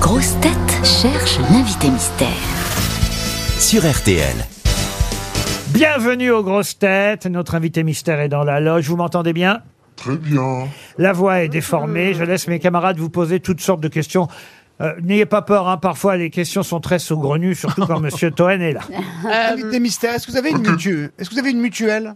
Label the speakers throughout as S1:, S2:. S1: grosses têtes cherchent l'invité mystère.
S2: sur RTL.
S3: Bienvenue aux grosses têtes. Notre invité mystère est dans la loge. Vous m'entendez bien
S4: Très bien.
S3: La voix est déformée. Je laisse mes camarades vous poser toutes sortes de questions. Euh, N'ayez pas peur, hein, parfois les questions sont très saugrenues, surtout quand Monsieur Toen est là.
S5: Invité mystère, est-ce que vous avez une mutuelle Est-ce que vous avez une mutuelle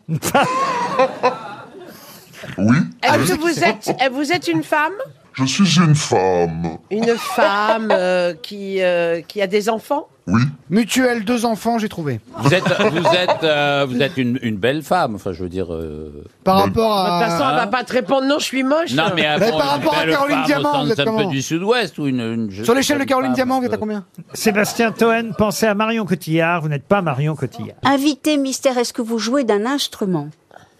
S4: Oui,
S6: Est-ce que vous êtes, euh, vous êtes une femme
S4: je suis une femme.
S6: Une femme euh, qui, euh, qui a des enfants
S4: Oui,
S5: Mutuelle, deux enfants, j'ai trouvé.
S7: Vous êtes, vous êtes, euh, vous êtes une, une belle femme, enfin je veux dire. euh,
S5: Par rapport
S6: De toute façon,
S5: à.
S6: elle va pas te répondre non, je suis moche.
S7: Non mais, euh,
S5: Mais
S7: bon,
S5: par
S7: une
S5: rapport à
S7: belle
S5: Caroline
S7: femme au
S5: Diamant,
S7: sens
S5: vous êtes
S7: un peu
S5: comment
S7: du Sud-Ouest ou une. une-
S5: Sur l'échelle de
S7: une
S5: Caroline
S7: femme,
S5: Diamant, vous êtes à
S7: euh,
S5: combien
S3: Sébastien Toen, pensez à Marion Cotillard. Vous n'êtes pas Marion Cotillard.
S8: Invité mystère, est-ce que vous jouez d'un instrument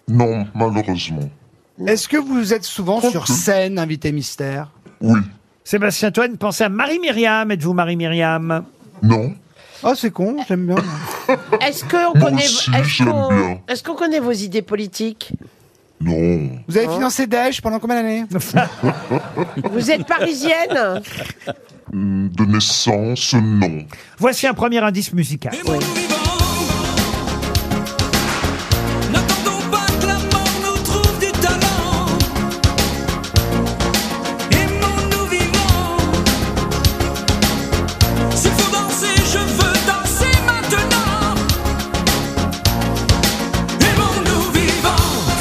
S4: non, malheureusement.
S5: Est-ce que vous êtes souvent sur scène, invité mystère
S4: Oui,
S3: Sébastien Toen, pensez à Marie Myriam. Êtes-vous Marie Myriam
S4: non,
S5: Oh, c'est con, j'aime bien.
S6: Est-ce qu'on
S4: Moi
S6: connaît,
S4: aussi,
S6: est-ce
S4: j'aime bien.
S6: qu'on, est-ce qu'on connaît vos idées politiques
S4: non.
S5: Vous avez financé Daesh pendant combien d'années
S6: Vous êtes parisienne
S4: Hum, De naissance, non.
S3: Voici un premier indice musical.
S9: Et mon vivant, n'attendons pas que la mort nous trouve du talent. Aimons-nous vivant. S'il faut danser, je veux danser maintenant. Aimons-nous vivant.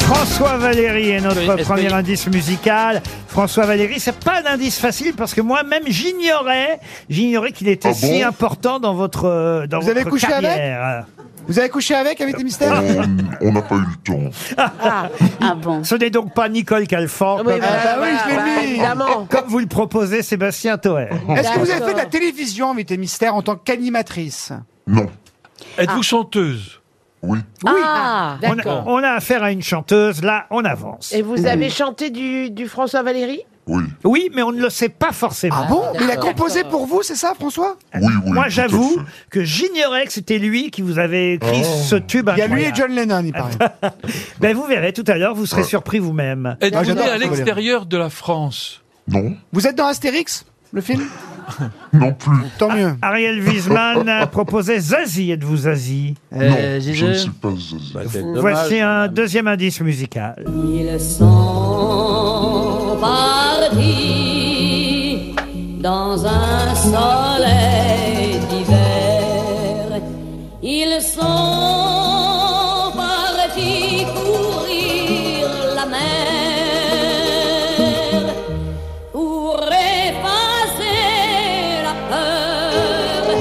S3: François Valéry est notre
S7: Oui, est-ce
S3: premier
S7: que-
S3: indice musical. François Valéry, c'est pas un indice facile parce que moi-même j'ignorais, j'ignorais qu'il était
S4: Ah
S3: si
S4: bon
S3: important dans votre euh, dans
S5: Vous
S3: votre
S5: avez couché avec
S3: carrière.
S5: Vous avez couché avec, invité mystère
S4: On on n'a pas eu le temps.
S8: Ah bon
S3: Ce n'est donc pas Nicole Calfan
S6: Oui,
S3: comme,
S6: voilà,
S5: bah oui,
S6: voilà,
S5: je l'ai
S6: bah,
S5: mis.
S6: Évidemment.
S3: comme vous le proposez Sébastien Toer.
S5: Est-ce que vous avez
S6: D'accord.
S5: fait de la télévision, invité mystère, en tant qu'animatrice
S4: Non,
S10: Êtes-vous chanteuse
S4: oui,
S8: Ah
S3: On, a-
S6: D'accord.
S3: on a affaire à une chanteuse, là on avance.
S6: Et vous avez chanté du, du François Valéry
S4: oui,
S3: Oui, mais on ne le sait pas
S5: Ah
S3: forcément.
S5: bon Il a
S6: d'accord.
S5: composé pour vous, c'est ça, François
S4: oui, oui. tout
S3: Moi
S4: à
S3: j'avoue
S4: fait.
S3: que j'ignorais que c'était lui qui vous avait écrit ce tube.
S5: Oh. Il y a lui et Euh.
S3: incroyable.
S5: John Lennon, il paraît.
S3: Ben vous verrez tout à l'heure, vous serez surpris vous-même.
S5: Ah,
S10: Êtes-vous
S5: j'adore
S10: né à
S5: François Valéry.
S10: l'extérieur de la France
S4: Non,
S5: Vous êtes dans Astérix, le film
S4: non plus.
S5: Tant mieux.
S3: Ariel Wiesman a proposé Zazie. Êtes-vous Zazie
S4: Non, je ne suis pas Zazie.
S7: Bah, c'est
S3: Voici un
S7: dommage.
S3: deuxième indice musical.
S9: Ils sont partis dans un soleil d'hiver. Ils sont partis courir la mer pour effacer la peur,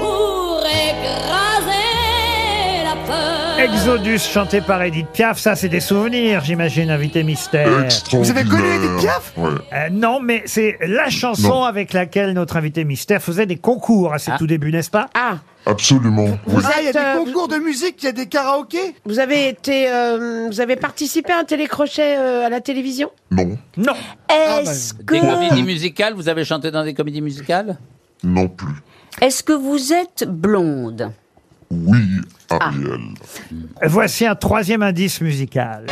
S9: pour écraser la peur.
S3: Exodus chanté par Edith Piaf, ça c'est des souvenirs, j'imagine, invité mystère.
S5: Vous avez connu
S4: Extraordinaire.
S5: Edith Piaf
S4: Ouais.
S3: Euh, non, mais c'est la chanson
S4: Non.
S3: avec laquelle notre invité mystère faisait des concours à ses tout débuts, n'est-ce pas
S6: Ah,
S4: Absolument, oui.
S5: Ah, il y a
S6: êtes, euh,
S5: des concours de musique, il y a des karaokés
S6: vous avez été, euh, vous avez participé à un télécrochet euh, à la télévision
S4: Non,
S3: Non.
S5: Ah, bah
S8: Est-ce
S7: Des
S8: que,
S7: comédies musicales, vous avez chanté dans des comédies musicales
S4: non plus.
S8: est-ce que vous êtes blonde
S4: Oui, Ariel.
S3: Voici un troisième indice musical.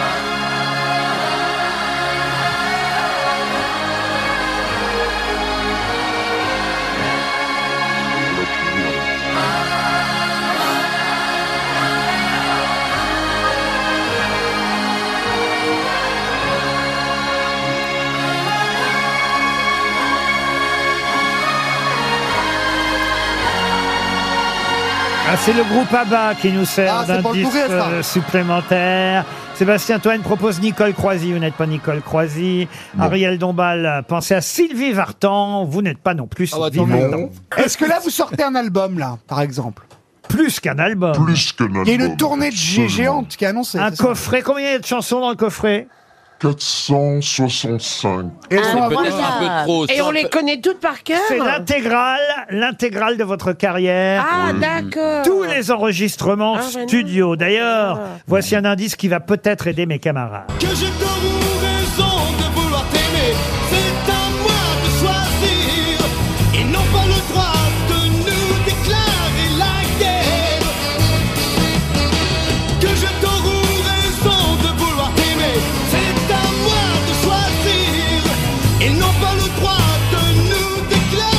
S3: Ah, c'est le groupe ABBA qui nous sert
S5: Ah, c'est pour le
S3: d'indice
S5: courir, ça.
S3: euh, supplémentaire. Sébastien Toine propose Nicole Croisy, vous n'êtes pas Nicole Croisy. Ariel Dombal, euh, pensez à Sylvie Vartan, vous n'êtes pas non
S5: Ah
S3: plus Sylvie Vartan.
S4: Non,
S5: Est-ce que là, vous sortez un album, là, par exemple
S3: Plus qu'un album.
S4: plus que
S5: Il y a une tournée de gé- géante qui est annoncée.
S3: Un
S5: c'est ça
S3: coffret, combien il y a de chansons dans le coffret
S4: 465.
S5: Et elles
S8: Ah,
S5: sont à
S8: mais
S5: vendre.
S7: Peut-être un peu trop.
S6: Et
S7: ça,
S6: on les connaît toutes par cœur
S3: C'est l'intégrale, l'intégrale de votre carrière.
S6: Ah, d'accord.
S3: Tous les enregistrements
S6: Ah, mais non.
S3: studio. D'ailleurs,
S6: Ah.
S3: voici un indice qui va peut-être aider mes camarades.
S9: Que j'ai d'abord raison de vouloir t'aimer, c'est à moi de choisir. Ils n'ont pas le droit de nous déclarer la guerre. Que j'ai d'abord raison de vouloir t'aimer, c'est à moi de choisir. Ils n'ont pas le droit de nous déclarer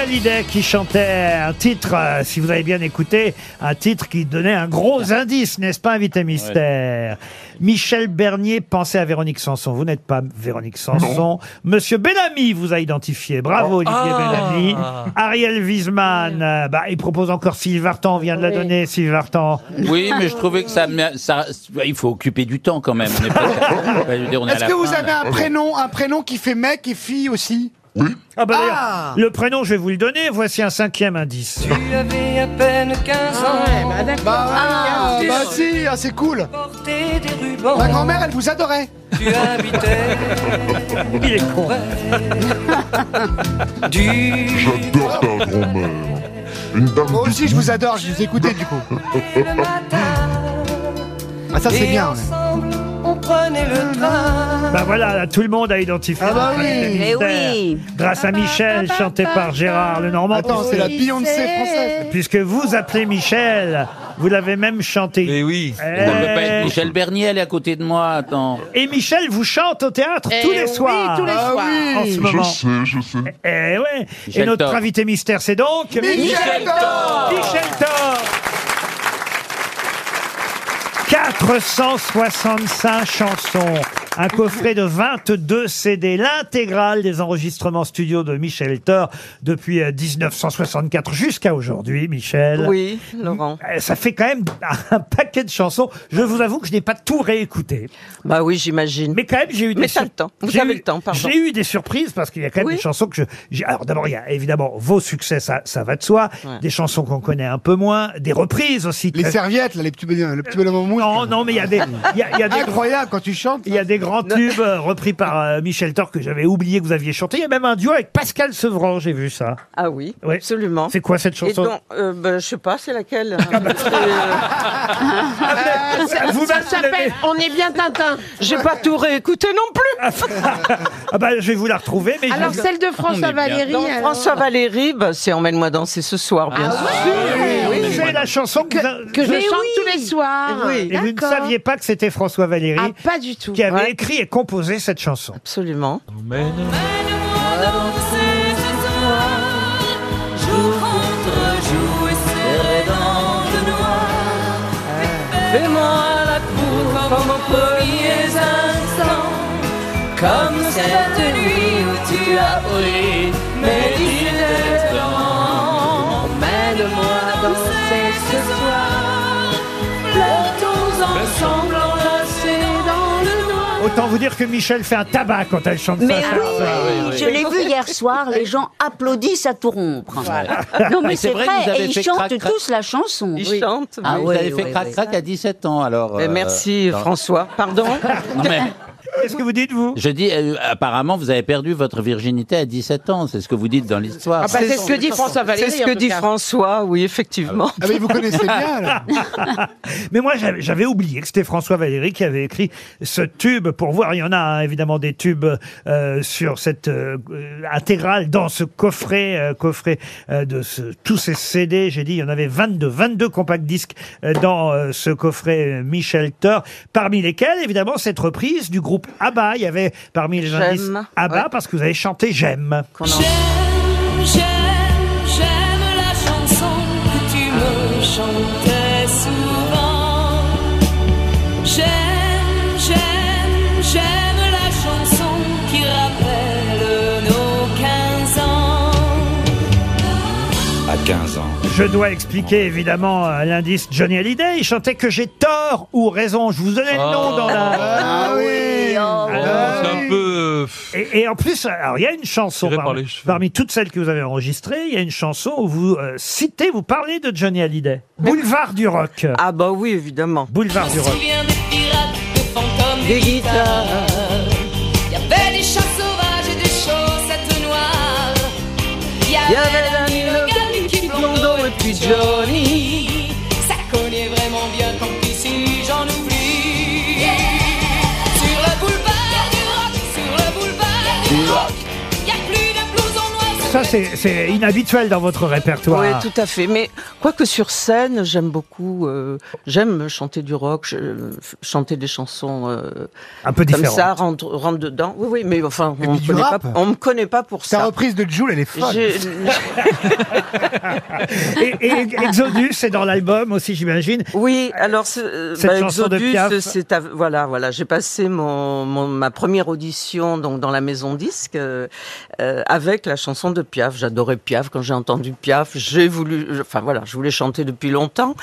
S3: Hallyday qui chantait un titre, euh, si vous avez bien écouté, un titre qui donnait un gros indice, n'est-ce pas, invité mystère Michel Bernier pensait à Véronique Sanson. Vous n'êtes pas Véronique Sanson. Monsieur Bellamy vous a identifié. Bravo, Olivier
S10: Ah.
S3: Bellamy. Ariel Wiesman, euh, bah, il propose encore Sylvie Vartan, on vient de la donner, Sylvie Vartan.
S7: Oui, mais je trouvais que ça, m'a- ça- il faut occuper du temps quand même. On est pas- je veux dire, on est à
S5: Est-ce
S7: la
S5: que vous
S7: fin,
S5: avez
S7: là.
S5: un prénom, un prénom qui fait mec et fille aussi
S3: Ah bah d'ailleurs, le prénom, je vais vous le donner. Voici un cinquième indice.
S11: Tu avais à peine 15
S6: Ah
S11: ans.
S5: bah d'accord. Bah,
S11: Ah, tu
S5: si, ah, c'est cool.
S11: portais des rubans.
S5: Ma grand-mère, elle vous adorait.
S11: Tu habitais
S3: Il est con.
S4: J'adore ta grand-mère. Une dame
S5: Moi
S4: de
S5: aussi, je vous adore, je vous écoutais du coup.
S11: le matin.
S5: Ah, ça, c'est
S11: et
S5: bien.
S11: ensemble, on prenait
S6: Ah.
S11: le train.
S3: Bah voilà, là, tout le monde a identifié.
S5: Ah bah
S3: le
S5: Eh oui.
S3: mystère.
S8: Mais oui.
S3: Grâce à Michel, chanté par Gérard Lenormand.
S5: Attends, c'est la
S6: Oui,
S5: Beyoncé
S6: c'est-
S5: française.
S3: Puisque vous appelez Michel, vous l'avez même chanté.
S10: Eh oui.
S7: On peut pas être
S3: Eh,
S7: Michel Bernier, elle est à côté de moi, attends.
S3: Et Michel vous chante au théâtre tous
S11: Eh
S3: les
S6: Eh oui,
S3: soirs.
S6: tous les
S5: Ah
S6: soirs.
S5: oui.
S3: En ce
S4: Je
S3: moment.
S4: sais, je sais.
S3: Eh ouais.
S7: Michel
S3: Et notre
S7: Thor.
S3: invité mystère, c'est donc
S5: Michel Thor
S3: Michel Thor. 465 chansons, un coffret de 22 CD, l'intégrale des enregistrements studio de Michel Thor depuis euh, 1964 jusqu'à aujourd'hui, Michel.
S12: Oui, Laurent.
S3: Euh, Ça fait quand même un paquet de chansons. Je vous avoue que je n'ai pas tout réécouté.
S12: Bah oui, j'imagine.
S3: Mais quand même, j'ai eu des
S12: Mais t'as
S3: sur-
S12: le temps. Vous
S3: j'ai
S12: avez
S3: eu-
S12: le temps, pardon.
S3: J'ai eu des surprises parce qu'il y a quand même
S12: Oui.
S3: des chansons que je. j'ai- Alors d'abord, il y a évidemment vos succès, ça, ça va de soi. Des chansons qu'on connaît un peu moins, des reprises aussi.
S5: Les
S3: très-
S5: serviettes, là, les petits bonhommes, le petit bonhomme en mousse.
S3: non, non, mais il y a des, il y a, il y a des grands.
S5: Incroyable quand tu chantes.
S3: Il y a des grands tubes euh, repris par euh, Michel Thor que j'avais oublié que vous aviez chanté. Il y a même un duo avec Pascal Sevran, j'ai vu ça.
S12: Ah oui,
S3: Oui.
S12: absolument.
S3: C'est quoi cette
S12: Et
S3: chanson
S12: donc, euh, bah, je sais pas, c'est laquelle C'est, euh,
S3: Ah, vous- vous
S6: Ça
S3: vous l'avez-
S6: s'appelle On est bien Tintin.
S12: J'ai pas tout réécouté non plus.
S3: Ah bah, je vais vous la retrouver, mais je-
S6: Alors celle de
S7: On est
S6: François
S7: bien.
S6: Valéry. euh,
S12: Donc,
S6: alors.
S12: François Valéry, bah, c'est Emmène-moi danser ce soir, bien sûr.
S3: c'est la chanson que, vous-
S6: que je
S3: Mais
S6: chante
S3: oui.
S6: tous les soirs.
S12: Oui.
S3: Et vous ne
S6: D'accord.
S3: saviez pas que c'était François Valéry
S6: Ah, pas du tout.
S3: qui avait
S12: Ouais.
S3: écrit et composé cette chanson.
S12: Absolument.
S10: Emmène-
S12: Ah.
S11: Fais-moi la cour comme aux premiers instants. Comme cette nuit où tu as brûlé mes dix-sept ans. Emmène-moi danser ce soir. Flottons ensemble enlacés dans le noir.
S3: Autant vous dire que Michel fait un tabac quand elle chante
S8: Mais
S3: ça.
S8: oui, je l'ai vu hier soir, les gens applaudissent à tout rompre. Non mais
S7: Mais c'est
S8: c'est
S7: vrai
S8: vrai,
S7: que vous
S8: et
S7: avez
S8: ils
S7: fait
S8: chantent
S7: crac-crac.
S8: tous la chanson.
S12: Il
S8: Oui.
S12: chante.
S8: Ah
S12: oui.
S7: Vous
S8: ouais,
S7: avez fait
S8: ouais, ouais.
S7: crac-crac à 17 ans, alors.
S12: Mais
S7: euh,
S12: merci
S7: non.
S12: François. Pardon
S7: Non, mais
S3: Qu'est-ce que vous dites, vous
S7: je dis, euh, apparemment, vous avez perdu votre virginité à 17 ans. C'est ce que vous dites dans l'histoire.
S6: Ah bah, c'est ce que dit François Valéry.
S12: C'est ce que
S6: en tout
S12: dit
S6: cas.
S12: François, oui, effectivement.
S5: Ah, mais vous connaissez bien, là.
S3: Mais moi, j'avais j'avais oublié que c'était François Valéry qui avait écrit ce tube pour voir. Il y en a hein, évidemment des tubes euh, sur cette euh, euh, intégrale dans ce coffret, euh, coffret euh, de ce- tous ces CD. J'ai dit, il y en avait 22, 22 compacts disques euh, dans euh, ce coffret euh, Michel Thor, parmi lesquels évidemment cette reprise du groupe ABBA. Il y avait parmi les
S12: J'aime.
S3: indices ABBA
S12: Ouais.
S3: parce que vous avez chanté J'aime.
S12: Qu'on en-
S11: J'aime, j'aime, j'aime la chanson que tu me chantais souvent. J'aime, j'aime, j'aime la chanson qui rappelle nos 15 ans.
S2: À 15 ans.
S3: Je dois expliquer évidemment euh, l'indice Johnny Hallyday. Il chantait que j'ai tort ou raison. Je vous donnais le nom dans la.
S5: Ah oui.
S10: Oh,
S5: Ah
S10: c'est
S5: oui.
S10: un peu. euh, pff,
S3: Et, et en plus, alors il y a une chanson
S10: Tiré par
S3: parmi,
S10: les cheveux.
S3: parmi toutes celles que vous avez enregistrées, il y a une chanson où vous euh, citez, vous parlez de Johnny Hallyday. Boulevard du rock.
S12: Ah bah oui, évidemment.
S3: Boulevard du
S11: Je me
S3: rock.
S11: souviens des pirates, de fantômes, des guitares. Y avait des chats sauvages et des chaussettes noires. Y
S12: Il y avait Danny
S11: Logan,
S12: Logan,
S11: Nicky
S12: Nicky Blondeau et puis Johnny.
S11: Ça cognait vraiment bien quand ici j'en oublie. Sur le boulevard du rock, sur le boulevard du rock, y a plus de blouson noir
S3: Ça, c'est c'est inhabituel dans votre répertoire.
S12: Oui, tout à fait. Mais quoique sur scène, j'aime beaucoup. euh, j'aime chanter du rock, je- euh, chanter des chansons euh,
S3: Un peu
S12: comme
S3: différentes.
S12: ça, rentre, rentre dedans. Oui, oui, mais enfin, on
S5: puis
S12: ne
S5: du
S12: connaît pas.
S5: rap.
S12: On me connaît pas pour ça.
S5: Ta reprise de Jules, elle est folle.
S3: Et, et Exodus est dans l'album aussi, j'imagine.
S12: Oui, alors ce, euh,
S3: Cette
S12: bah,
S3: chanson de
S12: Exodus,
S3: Piaf.
S12: c'est à- voilà, voilà, j'ai passé mon, mon- ma première audition donc dans la maison disque euh, euh, avec la chanson de Piaf. J'adorais Piaf quand j'ai entendu Piaf, j'ai voulu, je- enfin voilà, je voulais chanter depuis longtemps,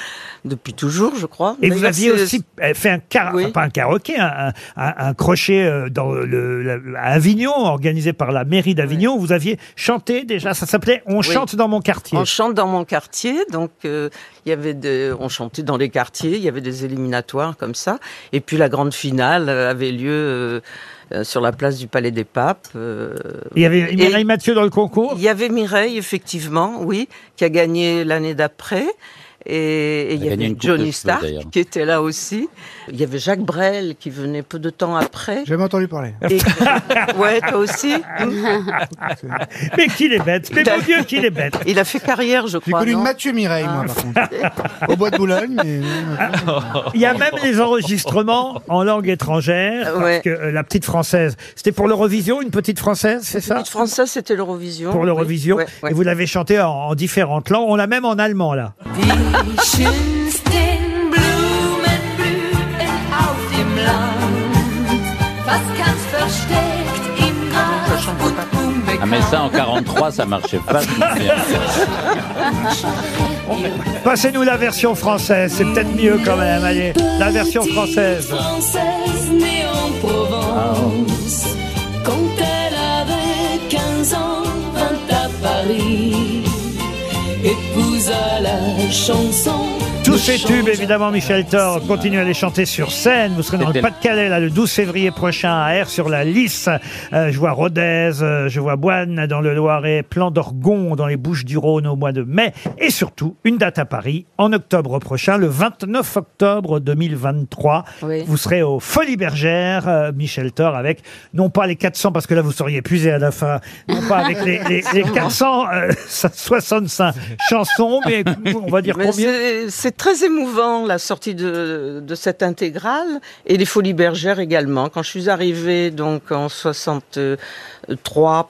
S12: depuis toujours, je crois.
S3: Et
S12: D'ailleurs,
S3: vous aviez
S12: c'est-
S3: aussi euh, fait un car... enfin, pas un karaoké, un, un- un crochet euh, dans le, la- à Avignon, organisé par la mairie d'Avignon. où Vous aviez chanté déjà, ça s'appelait On
S12: Oui.
S3: chante dans mon quartier.
S12: On chante dans mon quartier, donc euh, il y avait des, on chantait dans les quartiers, il y avait des éliminatoires comme ça, et puis la grande finale euh, avait lieu euh, euh, sur la place du Palais des Papes. euh,
S3: Il y avait
S12: et-
S3: Mireille Mathieu dans le concours
S12: Il y avait Mireille effectivement, oui, qui a gagné l'année d'après. Et, et il y
S7: a gagné
S12: avait
S7: une Coupe de
S12: Johnny
S7: cheveux,
S12: Stark
S7: d'ailleurs.
S12: qui était là aussi. Il y avait Jacques Brel qui venait peu de temps après.
S5: J'ai jamais entendu parler.
S12: Et- ouais, toi aussi.
S3: mais qu'il est bête, mais mon Dieu qu'il est bête.
S12: Il a fait carrière, je
S5: J'ai
S12: crois.
S5: connu une
S12: non Ah.
S5: Mathieu Mireille, moi, par contre. Au bois de Boulogne, mais.
S3: Il y a même les enregistrements en langue étrangère, parce
S12: Ouais.
S3: que euh, la petite française, c'était pour l'Eurovision, une petite française, c'est ça
S12: Petite Française, c'était l'Eurovision.
S3: hein Pour l'Eurovision,
S12: Oui, ouais, ouais.
S3: et vous l'avez chanté en, en différentes langues, on l'a même en allemand là.
S11: Die schönsten Blumen blühen auf dem Land. Was ganz versteckt im Gras und
S7: Ah, mais ça, en 43, ça marchait pas. je me souviens.
S3: Passez-nous la version française, c'est peut-être mieux quand même, allez, la version française.
S11: Française née en Provence, quand elle avait 15 ans, vint à Paris, épousa la chanson.
S3: Tous ces tubes, évidemment,
S12: Ah,
S3: Michel Thor, continue à les chanter sur scène. Vous serez dans le Pas-de-Calais, là, le 12 février prochain, à Air, sur la Lys. Euh, je vois Rodez, euh, je vois Boine dans le Loiret, Plan d'Orgon dans les Bouches-du-Rhône au mois de mai. Et surtout, une date à Paris, en octobre prochain, le 29 octobre 2023.
S12: Oui.
S3: Vous serez au Folies Bergères, euh, Michel Thor, avec, non pas les 400, parce que là, vous seriez épuisé à la fin, non pas avec les, les, les 465 chansons, mais on va dire
S12: Mais
S3: combien
S12: c'est- C'est très émouvant la sortie de, de cette intégrale et les Folies Bergères également. Quand je suis arrivée donc en 63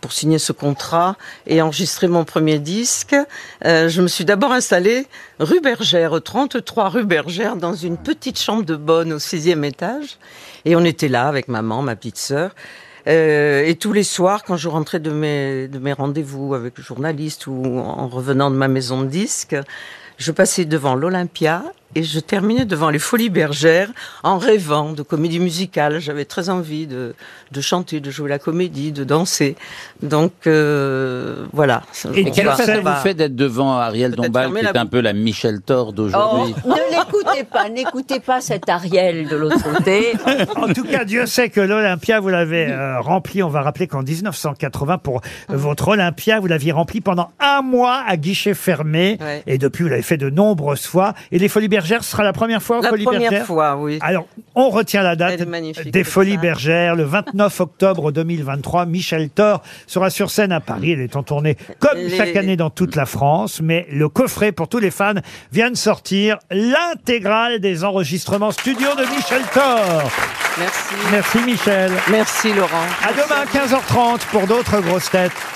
S12: pour signer ce contrat et enregistrer mon premier disque, euh, je me suis d'abord installée rue Bergère, au 33 rue Bergère, dans une petite chambre de bonne au sixième étage. Et on était là avec maman, ma petite sœur. Euh, et tous les soirs, quand je rentrais de mes, de mes rendez-vous avec le journaliste ou en revenant de ma maison de disques, je passais devant l'Olympia et je terminais devant les Folies Bergères en rêvant de comédie musicale. J'avais très envie de, de chanter, de jouer la comédie, de danser. Donc euh, voilà.
S7: Et quelle
S12: ça
S7: face elle vous fait d'être devant Ariel Dombal,
S12: fermer
S7: qui
S12: la
S7: est un peu la Michel Thor
S8: Oh,
S7: d'aujourd'hui
S8: ne l'écoutez pas, n'écoutez pas cet Ariel de l'autre côté.
S3: En tout cas, Dieu sait que l'Olympia, vous l'avez euh, rempli. On va rappeler qu'en 1980, pour euh, votre Olympia, vous l'aviez rempli pendant un mois à guichet fermé.
S12: Ouais.
S3: Et depuis, vous l'avez fait de nombreuses fois. Et les Folies Bergères, ce sera la première fois aux
S12: La
S3: Folies
S12: première
S3: Bergères
S12: fois, oui.
S3: Alors, on retient la date
S12: Elle est magnifique,
S3: des
S12: cette
S3: Folies
S12: salle.
S3: Bergères, le 29 octobre 2023. Michel Thor sera sur scène à Paris. Elle est en tournée comme
S12: Les-
S3: chaque année dans toute la France. Mais le coffret pour tous les fans vient de sortir l'intégrale des enregistrements studio de Michel Thor.
S12: Merci.
S3: Merci Michel.
S12: Merci Laurent.
S3: À demain 15h30 pour d'autres grosses têtes.